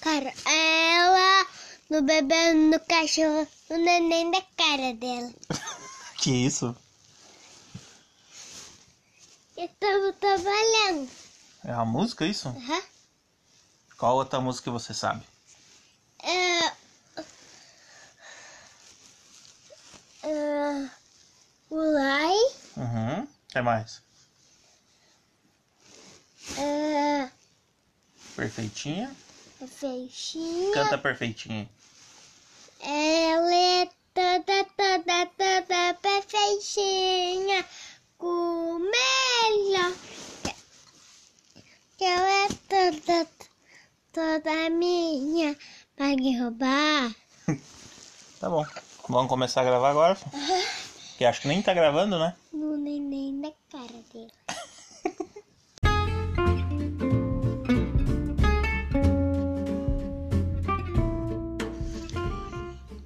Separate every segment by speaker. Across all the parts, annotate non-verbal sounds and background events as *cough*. Speaker 1: cara. Ela, no bebê, no cachorro, no neném da cara dela.
Speaker 2: Que isso?
Speaker 1: Estamos trabalhando.
Speaker 2: É a música isso?
Speaker 1: Aham.
Speaker 2: Qual outra música você sabe?
Speaker 1: É, é, Ulai.
Speaker 2: Uhum. Até mais.
Speaker 1: É,
Speaker 2: Perfeitinha.
Speaker 1: Feixinha.
Speaker 2: Canta perfeitinha.
Speaker 1: Ela é toda, toda, toda perfeitinha. Com melhor. Que Ela é toda, toda minha. Pague roubar.
Speaker 2: Tá bom. Vamos começar a gravar agora? filho? Que acho que nem tá gravando, né?
Speaker 1: No neném da cara dele.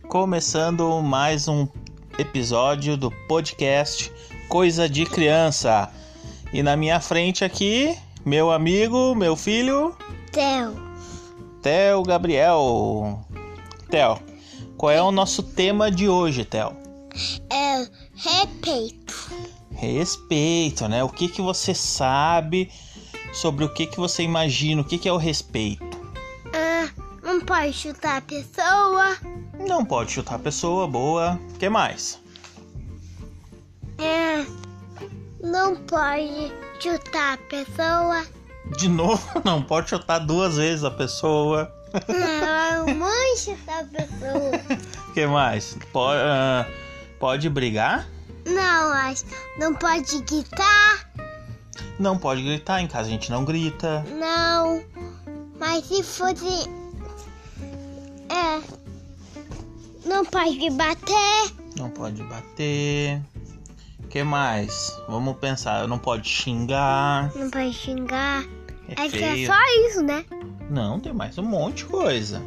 Speaker 2: Começando mais um episódio do podcast Coisa de Criança. E na minha frente aqui, meu amigo, meu filho,
Speaker 1: Theo.
Speaker 2: Theo Gabriel. Theo, qual é o nosso tema de hoje, Theo?
Speaker 1: É respeito.
Speaker 2: Respeito, né? O que, que você sabe sobre o que, que você imagina? O que, que é o respeito?
Speaker 1: Ah, não pode chutar a pessoa.
Speaker 2: Não pode chutar a pessoa, boa. O que mais?
Speaker 1: É, não pode chutar a pessoa.
Speaker 2: De novo, *laughs* não pode chutar duas vezes a pessoa. *laughs*
Speaker 1: Não, mãe Ah, chutar a pessoa.
Speaker 2: O que mais? Pode, ah, pode brigar?
Speaker 1: Não, mas não pode gritar.
Speaker 2: Não pode gritar, em casa a gente não grita.
Speaker 1: Não, mas se fosse. É. Não pode bater.
Speaker 2: Não pode bater. O que mais? Vamos pensar, não pode xingar.
Speaker 1: Não pode xingar.
Speaker 2: É,
Speaker 1: É que é
Speaker 2: feio.
Speaker 1: só isso, né?
Speaker 2: Não, tem mais um monte de coisa.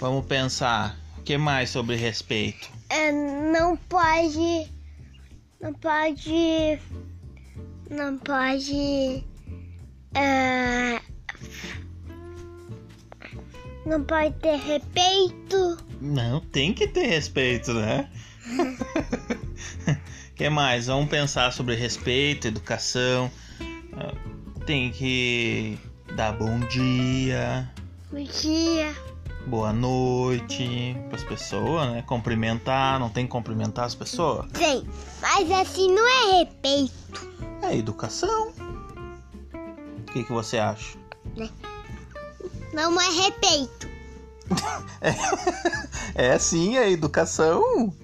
Speaker 2: Vamos pensar. O que mais sobre respeito?
Speaker 1: É, não pode. Não pode. Não pode. é, não pode ter respeito.
Speaker 2: Não, tem que ter respeito, né? *laughs* O que mais? Vamos pensar sobre respeito, educação. Ah, Tem que dar bom dia,
Speaker 1: Bom dia.
Speaker 2: boa noite para as pessoas, né? Cumprimentar, não tem que cumprimentar as pessoas?
Speaker 1: Sim, mas assim não é respeito.
Speaker 2: É educação. O que, que você acha?
Speaker 1: Não é respeito.
Speaker 2: É sim, é educação.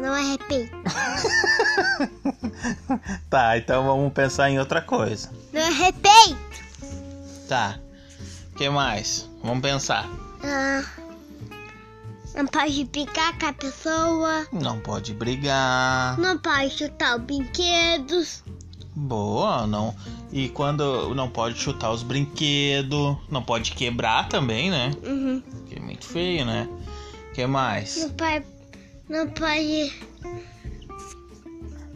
Speaker 1: Não é respeito.
Speaker 2: Tá, então vamos pensar em outra coisa.
Speaker 1: Não é respeito.
Speaker 2: Tá. O que mais? Vamos pensar.
Speaker 1: Ah, não pode picar com a pessoa.
Speaker 2: Não pode brigar.
Speaker 1: Não pode chutar os brinquedos.
Speaker 2: Boa, não. E quando não pode chutar os brinquedos, não pode quebrar também, né?
Speaker 1: Uhum.
Speaker 2: Que é muito feio, né? Que mais?
Speaker 1: Não pode. Não pode.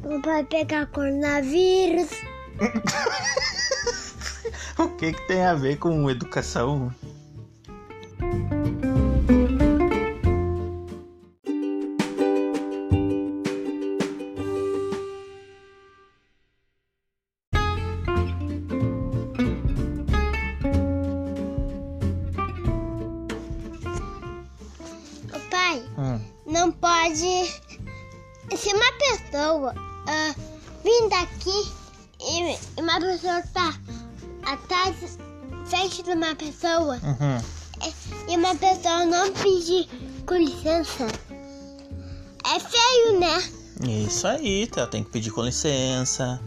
Speaker 1: Não pode pegar coronavírus.
Speaker 2: O que que tem a ver com educação?
Speaker 1: Ô pai,
Speaker 2: Hum,
Speaker 1: não pode. Se uma pessoa ah, vir daqui e e uma pessoa tá atrás, frente de uma pessoa, é,
Speaker 2: uhum.
Speaker 1: e uma pessoa não pedir com licença, é feio, né?
Speaker 2: Isso aí, tá? Tem que pedir com licença.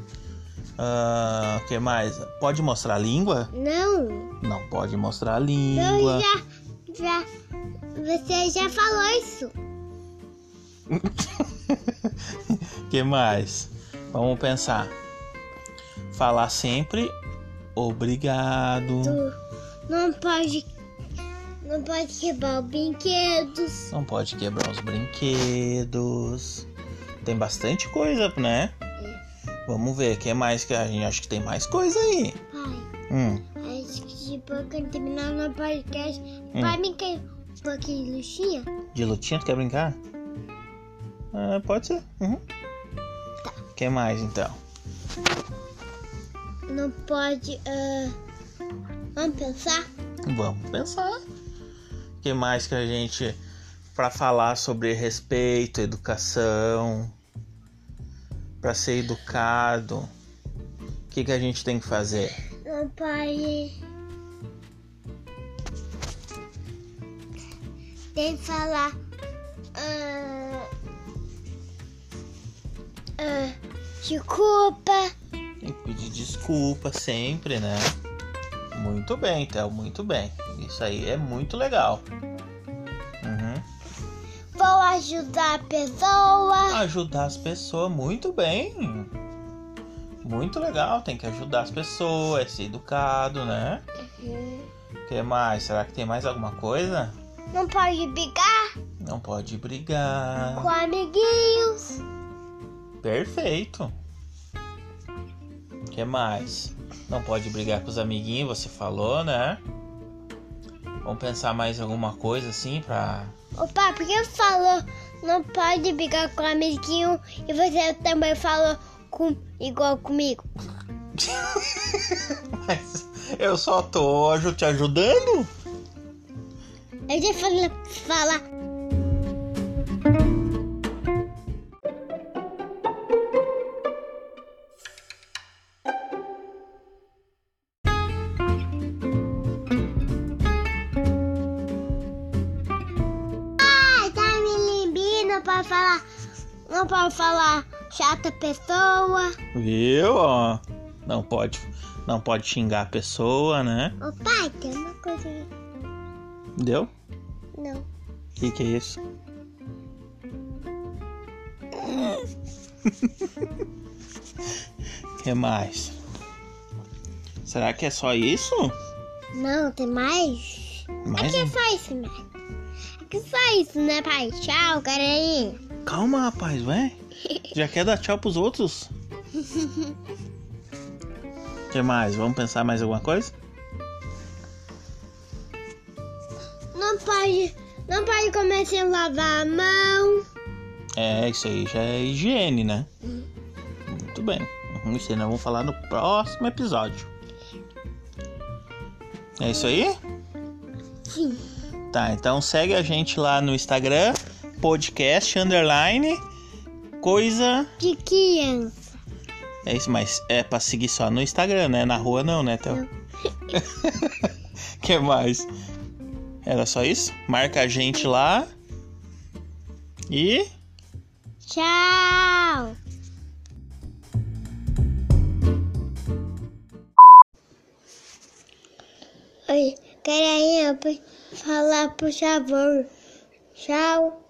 Speaker 2: Ah, O que mais? Pode mostrar a língua?
Speaker 1: Não.
Speaker 2: Não pode mostrar a
Speaker 1: Eu
Speaker 2: língua.
Speaker 1: já, já. Você já falou isso.
Speaker 2: que mais? Vamos pensar. Falar sempre obrigado.
Speaker 1: Tu não pode. Não pode quebrar os brinquedos.
Speaker 2: Não pode quebrar os brinquedos. Tem bastante coisa, né? Vamos ver, o que mais que a gente acha que tem mais coisa aí?
Speaker 1: Pai,
Speaker 2: Hum,
Speaker 1: a gente de boca terminar no podcast.
Speaker 2: Hum.
Speaker 1: Vai me cair um pouquinho de luxinha?
Speaker 2: De lutinha, tu quer brincar? Ah, pode ser. Uhum.
Speaker 1: Tá.
Speaker 2: que mais então?
Speaker 1: Não pode. ah, vamos pensar?
Speaker 2: Vamos pensar. que mais que a gente para falar sobre respeito, educação, para ser educado? O que que a gente tem que fazer?
Speaker 1: Não pode. Tem que falar. ah, ah, desculpa.
Speaker 2: E pedir desculpa sempre, né? Muito bem, Théo, muito bem. Isso aí é muito legal. Uhum.
Speaker 1: Vou ajudar a pessoa.
Speaker 2: Ajudar as pessoas, muito bem. Muito legal, tem que ajudar as pessoas, é ser educado, né? O que mais? Será que tem mais alguma coisa?
Speaker 1: Não pode brigar
Speaker 2: Não pode brigar.
Speaker 1: com amiguinhos.
Speaker 2: Perfeito. O que mais? Não pode brigar com os amiguinhos, você falou, né? Vamos pensar mais alguma coisa assim pra. *laughs*
Speaker 1: Opa, por que falou não pode brigar com amiguinho e você também falou com, igual comigo?
Speaker 2: Mas eu só tô aju- te ajudando?
Speaker 1: Eu já falei falar. Ai, tá me lembrando pra falar. Não pode falar chata pessoa.
Speaker 2: Viu? ó? Não pode. Não pode xingar a pessoa, né?
Speaker 1: Ô pai, tem uma coisa aí.
Speaker 2: Entendeu?
Speaker 1: Não.
Speaker 2: O que, que é isso? *laughs* que mais? Será que é só isso?
Speaker 1: Não, tem mais?
Speaker 2: Mais
Speaker 1: É
Speaker 2: um?
Speaker 1: só isso, né? É que só isso, né, pai? Tchau, galerinha.
Speaker 2: Calma, rapaz, vai. Já quer dar tchau pros outros? que mais? Vamos pensar mais alguma coisa?
Speaker 1: Não pode, não pode comer sem lavar a mão.
Speaker 2: É, isso aí já é higiene, né? Muito bem. Uhum, Isso aí nós vamos falar no próximo episódio. É isso aí?
Speaker 1: Sim.
Speaker 2: Tá, então segue a gente lá no Instagram, podcast underline, coisa.
Speaker 1: De criança.
Speaker 2: É isso, mas é pra seguir só no Instagram, né? Na rua não, né, Théo?
Speaker 1: Não.
Speaker 2: que mais? Era só isso? Marca a gente lá. E.
Speaker 1: Tchau. Oi, galerinha, pode falar, por favor. Tchau.